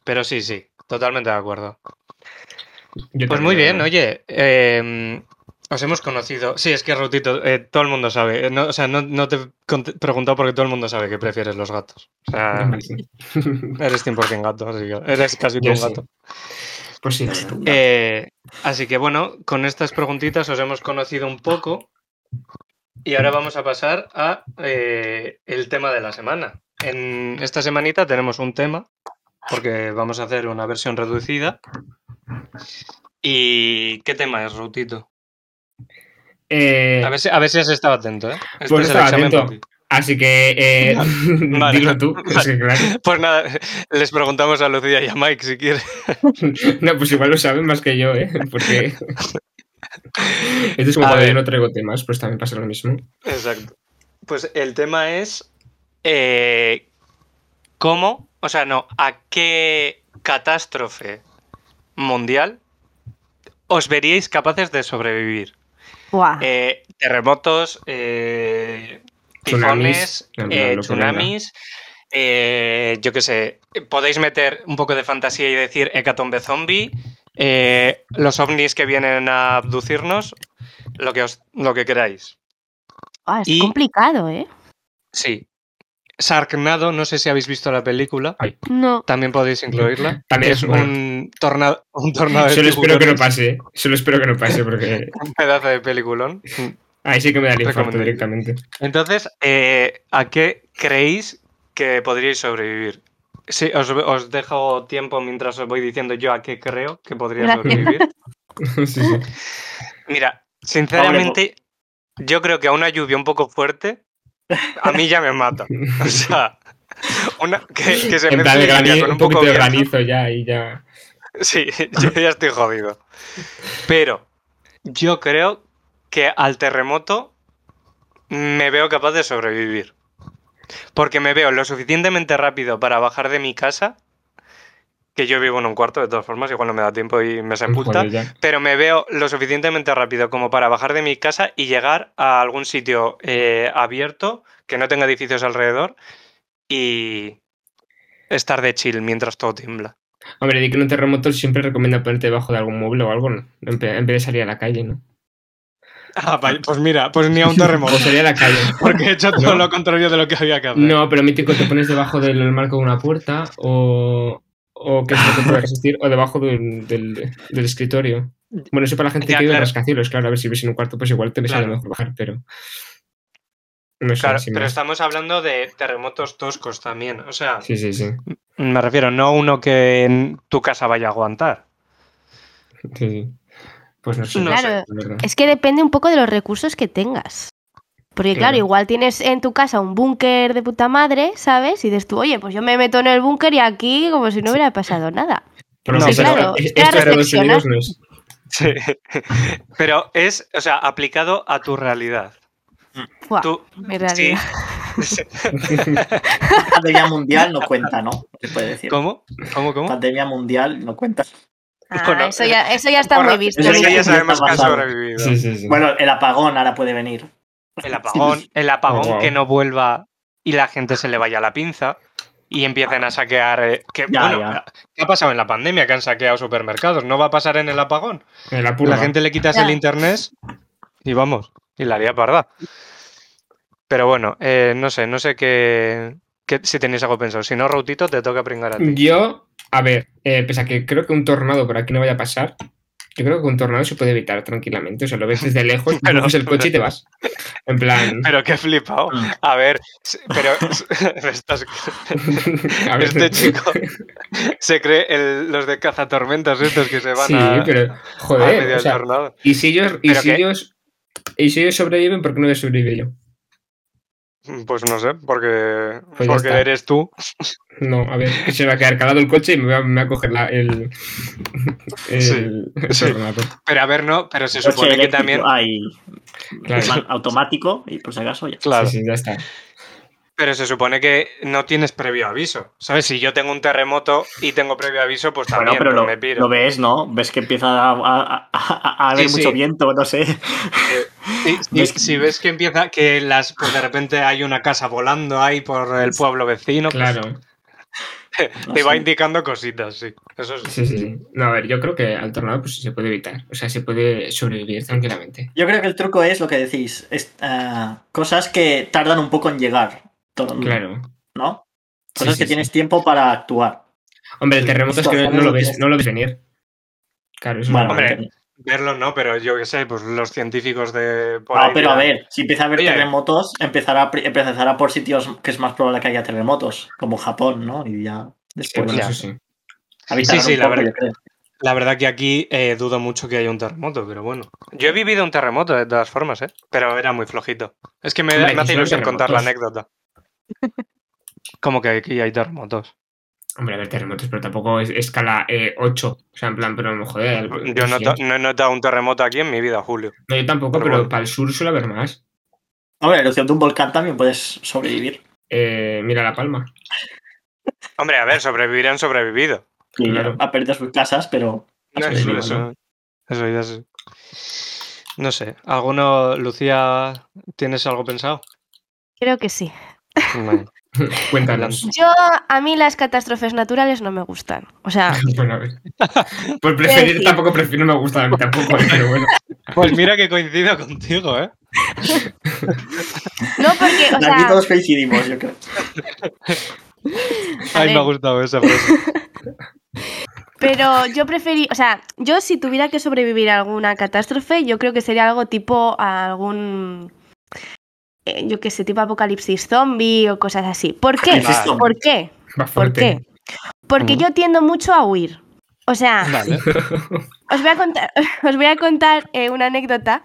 S1: Pero sí, sí, totalmente de acuerdo.
S2: yo
S1: Pues
S2: también,
S1: muy
S2: la
S1: bien,
S2: verdad.
S1: oye, eh, os hemos conocido. Sí, es que Rutito, eh, todo el mundo sabe. Eh, no- o sea, no, no te he cont- preguntado porque todo el mundo sabe que prefieres los gatos. O sea, eres 100% gato, así que eres casi tú
S2: Yo
S1: un
S2: sí.
S1: gato.
S2: Pues sí, la verdad.
S1: Eh, así que bueno, con estas preguntitas os hemos conocido un poco y ahora vamos a pasar a eh, el tema de la semana. En esta semanita tenemos un tema porque vamos a hacer una versión reducida. ¿Y qué tema es, Rutito?
S2: Eh,
S1: A ver si, a ver si has estado atento, ¿eh? Este
S2: Pues
S1: es el
S2: estaba
S1: examen
S2: atento.
S1: para ti.
S2: Así que eh,
S1: Vale.
S2: dilo tú. es que claro.
S1: Pues nada, les preguntamos a Lucía y a Mike si quieren.
S2: No, pues igual lo saben más que yo, ¿eh? Porque. Entonces, como
S1: A
S2: cuando
S1: ver.
S2: yo no traigo temas, pues también pasa lo mismo.
S1: Exacto. Pues el tema es eh, cómo, o sea, no, a qué catástrofe mundial os veríais capaces de sobrevivir.
S3: Buah.
S1: Eh, terremotos, eh, tifones,
S2: Tsunamis. En plan,
S1: eh,
S2: lo que
S1: tsunamis. eh, yo qué sé, podéis meter un poco de fantasía y decir hecatombe zombie, eh, los ovnis que vienen a abducirnos, lo que, os, lo que queráis.
S3: Ah, es
S1: y-
S3: complicado, ¿eh?
S1: Sí. Sarknado, no sé si habéis visto la película,
S3: No.
S1: también podéis incluirla.
S2: También
S1: es
S2: es Mm. bueno.
S1: un tornado, un tornado de
S2: Solo espero que no
S1: tiburones,
S2: pase. Solo espero que no pase, porque
S1: un pedazo de peliculón.
S2: ahí sí que me da el infarto
S1: Recomendable.
S2: directamente.
S1: Entonces, eh, ¿a qué creéis que podríais sobrevivir? Sí, os, os dejo tiempo mientras os voy diciendo yo a qué creo que podría
S3: Gracias.
S1: sobrevivir.
S2: Sí, sí.
S1: Mira, sinceramente,
S2: pues.
S1: yo creo que a una lluvia un poco fuerte, a mí ya me mata. O sea, una, que, que se
S2: En plan,
S1: mezcle lluvia
S2: el granizo,
S1: con
S2: un poquito de
S1: viento.
S2: granizo ya y ya.
S1: Sí, yo ya estoy jodido. Pero yo creo que al terremoto me veo capaz de sobrevivir. Porque me veo lo suficientemente rápido para bajar de mi casa, que yo vivo en un cuarto de todas formas, igual no me da tiempo y me sepulta,
S2: Joder, ya.
S1: pero me veo lo suficientemente rápido como para bajar de mi casa y llegar a algún sitio eh, abierto, que no tenga edificios alrededor, y estar de chill mientras todo tiembla.
S2: Hombre, di que en un terremoto siempre recomienda ponerte debajo de algún mueble o algo, ¿no? En pe- en vez de salir a la calle, ¿no?
S1: Ah, vale, pues mira, pues ni a un terremoto.
S2: O salir a la calle.
S1: Porque he hecho todo
S2: No.
S1: lo contrario de lo que había que hacer.
S2: No, pero mítico, te pones debajo del marco de una puerta o, o que es lo que puede resistir, o debajo de un- del, del escritorio. Bueno, eso para la gente
S1: Ya,
S2: que vive en
S1: claro.
S2: rascacielos, claro, a ver si ves en un cuarto, pues igual te sale
S1: Claro.
S2: mejor bajar, pero. No sé,
S1: Claro,
S2: sin
S1: pero
S2: más.
S1: estamos hablando de terremotos toscos también. O sea,
S2: Sí, sí, sí.
S1: me refiero, no uno que en tu casa vaya a aguantar.
S2: sí, sí. Pues no sé.
S1: No
S3: Claro,
S1: sé,
S2: la verdad.
S3: Es que depende un poco de los recursos que tengas. Porque claro,
S2: Claro.
S3: igual tienes en tu casa un búnker de puta madre, ¿sabes? Y dices tú, oye, pues yo me meto en el búnker y aquí como si no hubiera pasado nada.
S2: Pero
S1: no,
S2: que esto-
S1: claro,
S2: esto
S3: espera
S2: en Estados
S3: reflexionar.
S2: Unidos no es.
S1: Sí. Pero es, o sea, aplicado a tu realidad.
S3: Fua,
S1: Tú-
S3: mi
S1: sí.
S3: realidad.
S4: pandemia mundial no cuenta, ¿no? Se puede decir.
S1: ¿Cómo? ¿Cómo? ¿Cómo?
S4: Pandemia mundial no cuenta.
S3: Ah,
S1: Bueno,
S3: eso, ya, eso ya está
S1: Bueno,
S3: muy visto.
S1: eso
S4: mira.
S1: ya sabemos que ha
S4: Pasado.
S1: sobrevivido.
S2: Sí, sí, sí.
S4: Bueno, el apagón ahora puede venir.
S1: El apagón, el apagón
S2: pues, Wow.
S1: que no vuelva y la gente se le vaya la pinza y empiecen a saquear. eh, que,
S4: Ya,
S1: bueno,
S4: ya.
S1: ¿qué ha pasado en la pandemia? Que han saqueado supermercados. ¿No va a pasar en el apagón?
S2: En Eh, la
S1: La
S2: purga.
S1: gente le quitas
S3: Ya.
S1: el internet y vamos. y la haría parda. Pero bueno, eh, no sé, no sé qué, qué- si tenéis algo pensado. Si no, Rautito, te toca pringar a
S2: Mm.
S1: ti.
S2: Yo, a ver, eh, pese a que creo que un tornado por aquí no vaya a pasar, yo creo que un tornado se puede evitar tranquilamente. O sea, lo ves desde lejos,
S1: Pero-
S2: coges el coche y te vas. En plan,
S1: Pero qué flipado.
S4: Mm.
S1: A ver, s- pero estás-
S2: a ver.
S1: este chico se cree el- los de cazatormentas estos que se van
S2: Sí,
S1: a,
S2: pero,
S1: a
S2: joder,
S1: medio
S2: o
S1: del
S2: sea,
S1: tornado.
S2: y si ellos, y
S1: ¿Pero
S2: si
S1: qué?
S2: ellos, y si ellos sobreviven, ¿por qué no voy a sobrevivir yo?
S1: Pues no sé, porque,
S2: Pues ya
S1: porque
S2: está.
S1: eres tú.
S2: No, a ver, se va a quedar calado el coche y me va, me va a coger la, el, el,
S1: Sí,
S2: el
S1: sí.
S2: tornado.
S1: Pero a ver, no, pero se
S4: Coche
S1: supone que
S4: eléctrico,
S1: también.
S4: ah, y
S2: Claro.
S4: man- automático, y por si acaso ya.
S1: Claro.
S2: Sí, sí, ya está.
S1: Pero se supone que no tienes previo aviso. ¿Sabes? Si yo tengo un terremoto y tengo previo aviso, pues
S4: Bueno,
S1: también
S4: pero
S1: pues
S4: lo,
S1: me piro.
S4: lo ves, ¿no? Ves que empieza a, a- a- a- a haber
S1: Sí,
S4: mucho
S1: sí.
S4: viento, no sé.
S1: Sí, sí,
S4: ¿Ves?
S1: si ves que empieza que las pues de repente hay una casa volando ahí por el pueblo vecino, pues
S2: Claro.
S1: te va
S4: Sí.
S1: indicando cositas, sí. Eso Pues sí.
S2: Sí, sí, sí. No, a ver, yo creo que al tornado pues, se puede evitar. O sea, se puede sobrevivir tranquilamente.
S4: Yo creo que el truco es lo que decís, es, ah, cosas que tardan un poco en llegar, to-
S2: Claro.
S4: ¿no?
S2: Sí,
S4: Cosas
S2: sí,
S4: que
S2: sí.
S4: tienes tiempo para actuar.
S2: Hombre, el terremoto es que no,
S4: Situaciones
S2: lo
S4: en
S2: ves,
S4: las-
S2: no lo ves venir. Claro, eso
S4: Bueno,
S2: es normal.
S1: hombre, Verlo no, pero yo qué sé, pues los científicos de por
S4: no,
S1: ahí
S4: Ah, pero a
S1: dirán,
S4: ver, si empieza a haber
S1: Oye.
S4: terremotos, empezará, pri- empezará por sitios que es más probable que haya terremotos, como Japón, ¿no? Y pues ya
S2: Sí,
S4: después
S2: bueno,
S1: ya.
S2: eso sí.
S4: avisarán
S1: Sí, sí,
S4: un
S1: la
S4: poco,
S1: verdad.
S4: yo creo.
S1: La verdad que aquí eh, dudo mucho que haya un terremoto, pero bueno. Yo he vivido un terremoto de todas formas, ¿eh? Pero era muy flojito. Es que me,
S2: Hombre,
S1: me hace
S2: aquí son
S1: ilusión contar la
S2: terremotos.
S1: anécdota. Como que aquí hay terremotos.
S2: Hombre, a ver, terremotos, pero tampoco es escala eh, 8. O sea, en plan, pero no joder. algo-
S1: Yo no,
S2: no,
S1: to- no he notado un terremoto aquí en mi vida, Julio.
S2: yo tampoco,
S1: pero
S2: pero,
S1: bueno.
S2: para el sur suele haber más.
S4: Hombre, la erupción de un volcán también puedes sobrevivir.
S2: Eh, mira La Palma.
S1: Hombre, a ver, sobrevivir han sobrevivido.
S4: Y
S2: Claro.
S4: Ha perdido sus casas, pero
S1: No,
S2: Sí,
S1: eso,
S2: sí,
S1: eso-
S2: bueno.
S1: eso ya sé. No sé. ¿Alguno, Lucía, tienes algo pensado?
S3: Creo que sí.
S1: Vale.
S2: Cuéntanos.
S3: Yo, a mí las catástrofes naturales no me gustan. O sea,
S2: Bueno, a ver. Por preferir,
S3: decir-
S2: tampoco prefiero, no me gusta a mí tampoco, eh, pero bueno.
S1: Pues mira que coincido contigo, ¿eh?
S3: no porque, o
S4: aquí
S3: sea, ¿eh?
S4: todos coincidimos, yo creo.
S3: A
S1: Ay, me
S3: ver.
S1: ha gustado esa frase.
S3: pero yo preferí, o sea, yo si tuviera que sobrevivir a alguna catástrofe, yo creo que sería algo tipo a algún, eh, yo qué sé, tipo apocalipsis zombie o cosas así. ¿Por qué?
S1: Apocalipsis
S4: zombie.
S3: ¿Por qué?
S2: Va
S3: ¿Por
S2: fuerte.
S3: qué? Porque
S1: Ujú.
S3: yo tiendo mucho a huir. O sea,
S1: Vale.
S3: os voy a contar, os voy a contar eh, una anécdota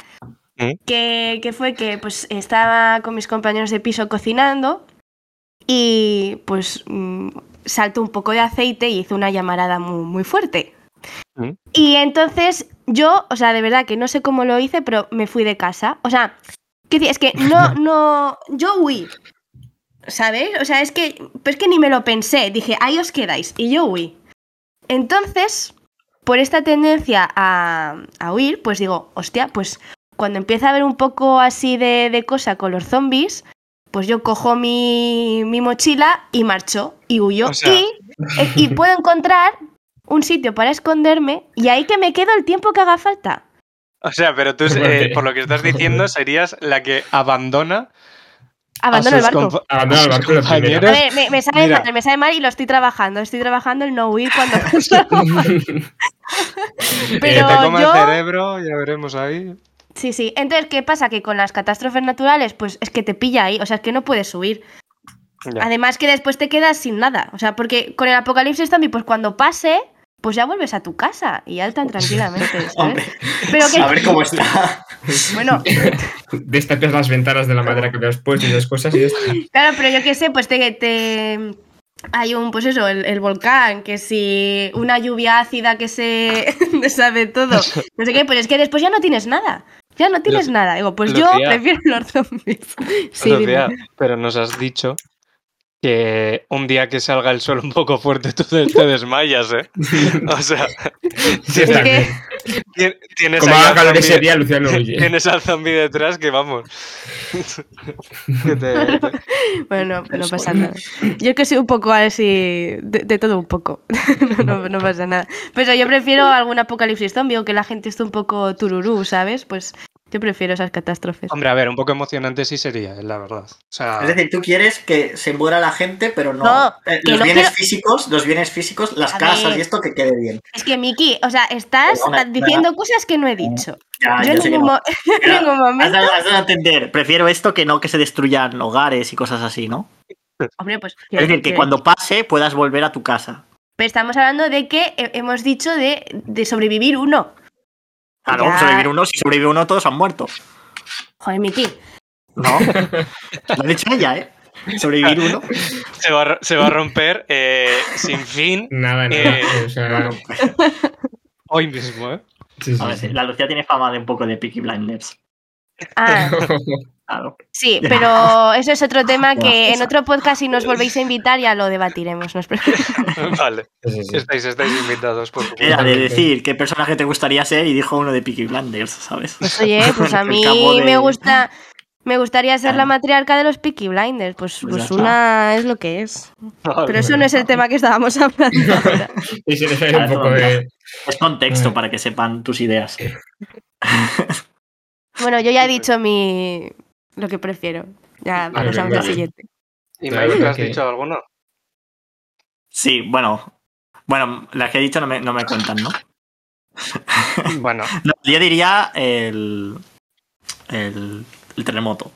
S1: ¿Mm?
S3: que, que fue que pues estaba con mis compañeros de piso cocinando y pues mm, saltó un poco de aceite y hizo una llamarada muy, muy fuerte.
S1: ¿Mm?
S3: Y entonces yo, o sea, de verdad que no sé cómo lo hice, pero me fui de casa. O sea, ¿qué decir? es que no, no, yo huí. ¿Sabéis? O sea, es que, pues que ni me lo pensé. Dije, ahí os quedáis. Y yo huí. Entonces, por esta tendencia a, a huir, pues digo, hostia, pues cuando empieza a haber un poco así de, de cosa con los zombies, pues yo cojo mi, mi mochila y marcho y huyo.
S1: O sea-
S3: y, eh, y puedo encontrar un sitio para esconderme y ahí que me quedo el tiempo que haga falta.
S1: O sea, pero tú, eh, por lo que estás diciendo, serías la que abandona
S3: Abandono
S1: a
S3: el
S1: sus
S3: barco.
S1: compa-
S2: Abandona
S1: a
S2: el
S1: sus
S2: barco la primera.
S3: A
S1: compañeros.
S3: ver, me, me sabe
S1: Mira.
S3: mal, me sabe mal y lo estoy trabajando. Estoy trabajando el no huir cuando
S1: Que
S3: Pero
S1: te coma
S3: yo-
S1: el cerebro, ya veremos ahí.
S3: Sí, sí. Entonces, ¿qué pasa? Que con las catástrofes naturales, pues es que te pilla ahí, o sea, es que no puedes subir.
S1: Ya.
S3: Además que después te quedas sin nada, o sea, porque con el apocalipsis zombie, pues cuando pase, pues ya vuelves a tu casa y ya tan tranquilamente,
S4: Hombre,
S3: ¿sabes? Pero que,
S4: a ver cómo está.
S3: bueno,
S2: Destapas las ventanas de la madera que me has puesto y esas cosas y ya está.
S3: claro, pero yo qué sé, pues te... te- Hay un, pues eso, el, el volcán, que si una lluvia ácida que se sabe todo, no sé qué, pero es que después ya no tienes nada, ya no tienes
S1: Luci-
S3: nada. Digo, pues yo
S1: Lucía.
S3: prefiero los zombies. Sí, dime.
S1: Sofía, pero nos has dicho que un día que salga el sol un poco fuerte tú de- te desmayas, ¿eh? O sea,
S2: Sí,
S3: Es
S2: está
S3: que-
S2: bien.
S1: ti- tienes,
S2: Como
S1: ahí
S2: haga
S1: al
S2: calor
S1: zombi-
S2: ese día, Luciano huye.
S1: tienes al zombie detrás que vamos. que te- te-
S3: Bueno, no, no
S4: Eso.
S3: pasa nada. Yo es que soy un poco así, de, de todo un poco. No, no, no pasa nada. Pero yo prefiero algún apocalipsis zombie o que la gente esté un poco tururú, ¿sabes? Pues Yo prefiero esas catástrofes.
S1: Hombre, a ver, un poco emocionante sí sería, eh, la verdad. O sea,
S4: Es decir, tú quieres que se muera la gente, pero no.
S3: No,
S4: eh,
S3: que
S4: los
S3: no
S4: bienes
S3: quiero-
S4: físicos, los bienes físicos, las
S3: A
S4: casas
S3: ver.
S4: y esto que quede bien.
S3: Es que, Miki, o sea, estás
S4: Perdona,
S3: diciendo cosas que no he dicho.
S4: Ah, Ya,
S3: yo
S4: yo
S3: en
S4: sé que
S3: ningún,
S4: no.
S3: mo- en
S4: Ya,
S3: ningún
S4: Has
S3: momento.
S4: dado, has dado a entender, prefiero esto que no que se destruyan hogares y cosas así, ¿no?
S3: Hombre, pues.
S4: Es decir, que
S3: que-
S4: cuando pase puedas volver a tu casa.
S3: Pero estamos hablando de que he- hemos dicho de, de sobrevivir uno.
S4: Claro,
S3: Ya.
S4: Ah, sobrevivir uno, si sobrevive uno, todos han muerto.
S3: Joder, Miki.
S4: ¿No? Lo ha dicho ella, ¿eh? Sobrevivir uno.
S1: se, va, a ro- se va a romper eh, sin fin
S2: Nada, nada.
S1: Eh,
S2: o sea,
S1: hoy mismo, ¿eh?
S2: sí, sí,
S4: A ver,
S2: sí.
S4: la Lucía tiene fama de un poco de Peaky Blinders.
S3: Ah,
S4: Claro.
S3: sí,
S4: Ya.
S3: pero eso es otro tema que
S4: Ya.
S3: en otro podcast, si nos volvéis a invitar, ya lo debatiremos. no os preocupéis.
S1: Vale,
S2: Sí, sí, sí.
S1: estáis, estáis invitados, por favor.
S4: Era de
S2: Totalmente.
S4: decir qué personaje te gustaría ser y dijo uno de Peaky Blinders, ¿sabes?
S3: Oye, pues a
S4: El
S3: mí
S4: cabo de-
S3: me gusta. Me gustaría ser la
S4: Claro.
S3: matriarca de los Peaky Blinders. Pues,
S4: Pues ya
S3: pues
S4: está.
S3: una es lo que es. Pero
S1: Vale.
S3: eso no es el tema que estábamos hablando ahora.
S2: Y se le sale un poco de.
S4: Es contexto
S2: Ay.
S4: para que sepan tus ideas.
S3: Bueno, yo ya he dicho mi lo que prefiero. Ya vamos
S2: Vale,
S3: a ver el
S2: vale.
S3: siguiente.
S1: ¿Y
S2: Claro,
S1: Mayu, ¿te has
S2: que-
S1: dicho alguno?
S4: Sí, bueno. Bueno, las que he dicho no me, no me cuentan, ¿no?
S1: Bueno,
S4: No, Yo diría el, el, el terremoto.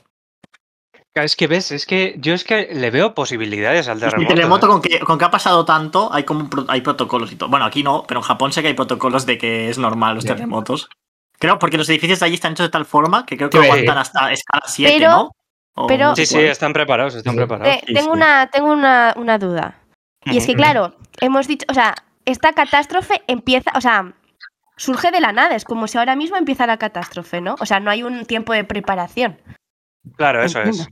S1: es que ves, es que yo es que le veo posibilidades al
S4: El
S1: terremoto.
S4: terremoto
S1: ¿eh?
S4: con que, con que ha pasado tanto, hay como un pro- hay protocolos y todo. Bueno, aquí no, pero en Japón sé que hay protocolos de que es normal los
S2: Ya.
S4: terremotos. Creo, porque los edificios de allí están hechos de tal forma que creo que
S2: Sí.
S4: aguantan hasta escala 7,
S3: Pero-
S4: ¿no? O
S3: pero-
S4: no sé
S1: Sí, sí,
S4: cuál.
S1: están preparados, están
S2: Sí.
S1: preparados.
S3: Te-
S4: sí,
S3: tengo
S4: sí.
S3: una, tengo una, una duda. Eh, Y es que,
S1: Ah, Ujú.
S3: claro, hemos dicho, o sea, esta catástrofe empieza, o sea, surge de la nada, es como si ahora mismo empieza la catástrofe, ¿no? O sea, no hay un tiempo de preparación.
S1: Claro, eso es.
S3: Entiendo.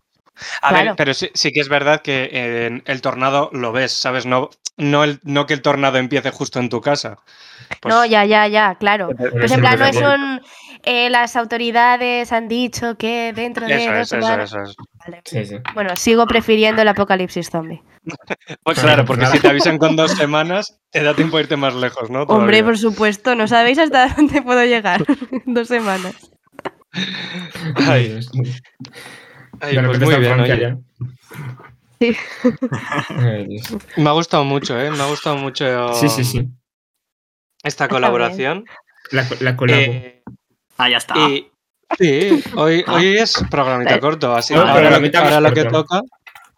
S1: A
S3: Claro.
S1: ver, pero sí, sí que es verdad que eh, el tornado lo ves, ¿sabes? No, no, el- no que el tornado empiece justo en tu casa. Pues-
S3: no, ya, ya, ya, claro. Pues
S2: eso
S3: en
S2: es
S3: plan, no
S2: verdad.
S3: es un. eh, las autoridades han dicho que dentro de.
S1: Eso
S3: dos
S1: es, eso
S3: semanas-
S1: es, eso es.
S3: Vale.
S2: Sí, sí.
S3: Bueno, sigo prefiriendo el apocalipsis zombie.
S1: Pues
S2: Claro,
S1: claro, porque
S2: claro.
S1: si te avisan con dos semanas, te da tiempo a irte más lejos, ¿no?
S3: Hombre, pues-
S1: Todavía.
S3: por supuesto, no sabéis hasta dónde puedo llegar. Dos semanas.
S1: Ay, ay,
S2: de
S1: pues
S2: repente
S1: muy
S2: está en
S1: bien,
S2: Francia
S1: oye.
S3: Sí.
S2: ya. Ay, Dios.
S1: Me ha gustado mucho, ¿eh? Me ha gustado mucho
S2: Sí, sí, sí.
S1: esta colaboración.
S2: La, la colabo.
S1: Eh,
S4: Ah, ya está.
S1: y- sí, hoy,
S4: Ah.
S1: hoy es programita corto, así
S4: Ah,
S1: ahora, lo que,
S2: programita más
S1: ahora lo que
S2: corto.
S1: toca,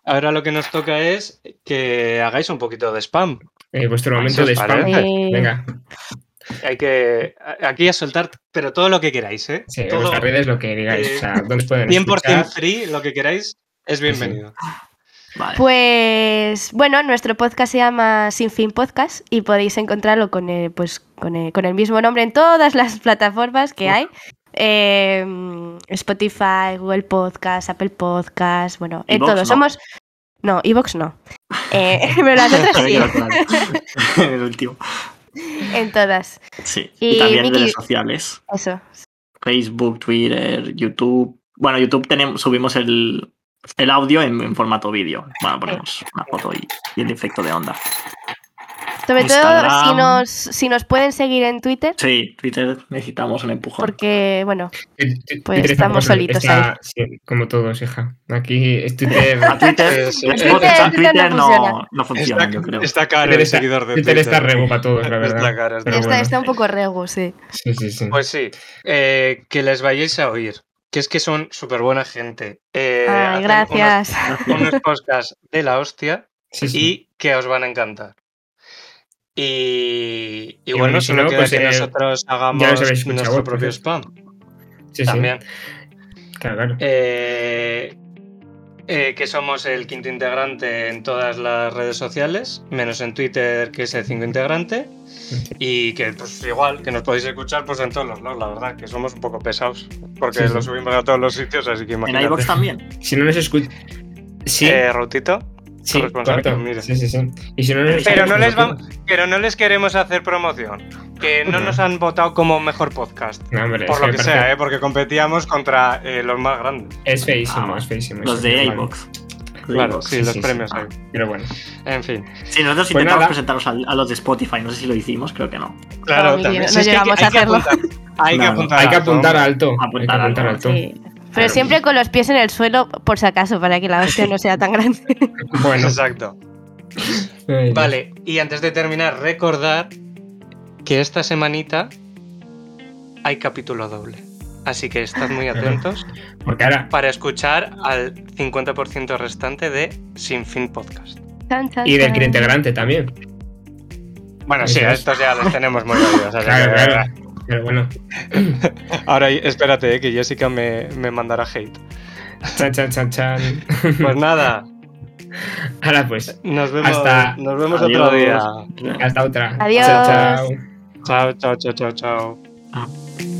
S1: ahora lo que nos toca es que hagáis un poquito de spam.
S2: Eh, vuestro momento
S1: os
S2: de spam.
S1: parece.
S3: Eh,
S2: Venga,
S1: Hay que a- aquí a soltar, pero todo lo que queráis, ¿eh?
S2: sí,
S1: Todo
S2: vuestras redes lo que digáis.
S1: eh,
S2: o sea, ¿dónde os pueden
S1: 100%
S2: escuchar?
S1: free, lo que queráis es bienvenido.
S4: Vale.
S3: Pues bueno, nuestro podcast se llama Sin Fin Podcast y podéis encontrarlo con el, pues, con el, con el mismo nombre en todas las plataformas que hay. Eh, Spotify, Google Podcast, Apple Podcast, bueno, en
S4: Ivox
S3: todo.
S4: no.
S3: Somos... No, Evox no. Eh, pero las otras sí,
S4: el último.
S3: en todas.
S4: Sí.
S3: Y
S4: Y, también
S3: Miki-
S4: redes sociales.
S3: Eso.
S4: Facebook, Twitter, YouTube. Bueno, YouTube tenemos, subimos el, el audio en, en formato vídeo. Bueno, ponemos una foto y, y el efecto de onda.
S3: Sobre todo si
S4: Instagram.
S3: nos, si nos pueden seguir en Twitter,
S4: Sí, Twitter necesitamos un empujón.
S3: porque bueno,
S2: Eh, Twitter
S3: Pues
S2: está
S3: estamos
S2: como-
S3: solitos
S2: está- sí, como todos, hija. Aquí es Twitter.
S4: A Twitter,
S1: Eh, Sí, sí.
S4: los
S1: Twitter-
S4: bots en
S3: Twitter no
S4: Twitter no,
S3: funciona.
S4: no funcionan, yo creo.
S1: está caro
S2: Twitter
S1: el
S2: está-
S1: seguidor de
S2: Twitter
S1: Twitter.
S2: está rego para todos, la
S1: Está
S2: verdad.
S1: caro, está
S2: Pero
S3: está,
S2: bueno.
S3: está un poco rego, sí.
S2: Sí, sí, sí.
S1: Pues sí, eh, que les vayáis a oír, que es que son súper buena gente. Eh,
S3: Ay,
S1: hacen
S3: gracias.
S1: Unos, unos podcasts de la hostia
S2: Sí, sí.
S1: y que os van a encantar. Y, y
S2: Y
S1: bueno,
S2: bueno, y si
S1: solo
S2: no,
S1: queda
S2: pues,
S1: que
S2: eh,
S1: nosotros hagamos
S2: habéis escuchado,
S1: nuestro
S2: pues,
S1: propio
S2: eh.
S1: spam
S2: sí, sí.
S1: también.
S2: Claro, claro.
S1: Eh, eh, que somos el quinto integrante en todas las redes sociales, menos en Twitter, que es el cinco integrante. Y que, pues, igual, que nos podéis escuchar pues en todos los lados, la verdad, que somos un poco pesados, porque
S2: Sí, sí.
S1: lo subimos a todos los sitios, así que
S4: En
S1: imagínate.
S4: iVoox también.
S2: Si no nos escucha. Sí,
S1: Eh, Rautito.
S2: sí,
S1: corresponsal,
S2: correcto.
S1: mira.
S2: Sí, sí, sí. Y si no nos
S1: Pero
S2: escucháis,
S1: no,
S2: pues
S1: les
S2: lo
S1: vamos, pero no les queremos hacer promoción, que no nos han votado como mejor podcast.
S2: que- No, hombre,
S1: Por
S2: es
S1: lo
S2: me
S1: que
S2: parece-
S1: sea, ¿eh? porque competíamos contra eh, los más grandes.
S2: Es feísimo,
S4: Ah,
S2: es feísimo.
S4: Los
S2: eso,
S4: de
S2: vale.
S4: iVoox.
S1: Claro, sí, los premios hay.
S2: Pero bueno,
S1: En fin.
S4: Sí, nosotros
S2: Pues
S4: intentamos
S2: nada.
S4: presentarnos al- a, los de Spotify, no sé si lo hicimos, creo que no.
S1: Claro,
S3: no
S1: también. Si es que
S3: llegamos
S1: hay
S3: a
S1: que
S3: hacerlo.
S1: apuntar- Hay que
S4: No, no,
S1: apuntar.
S2: hay que
S1: alto.
S2: apuntar alto. Hay que
S4: Apuntar
S2: apuntar
S4: alto,
S2: alto.
S3: Sí. Pero
S2: Claro.
S3: siempre con los pies en el suelo, por si acaso, para que la hostia no sea tan grande.
S2: Bueno, eh,
S1: Exacto.
S2: ay,
S1: Vale, y antes de terminar, recordar que esta semanita hay capítulo doble. Así que estad muy atentos
S2: Porque ahora,
S1: para escuchar al 50% restante de Sin Fin Podcast.
S3: Chan, chan,
S2: y del
S3: chan.
S2: integrante también.
S1: Bueno, sí,
S2: Eso es.
S1: estos ya los tenemos muy oídos. así
S2: Claro,
S1: que-
S2: claro. Pero bueno,
S1: Ahora espérate, eh, que Jessica me, me mandará hate.
S2: chan, chan, chan, chan.
S1: Pues nada,
S2: Ahora pues,
S1: nos vemos,
S2: Hasta-
S1: nos vemos
S4: Adiós.
S1: otro día.
S2: hasta otra.
S3: Adiós.
S2: Chao, chao.
S1: Chao, chao, chao, chao, chao.
S4: Ah.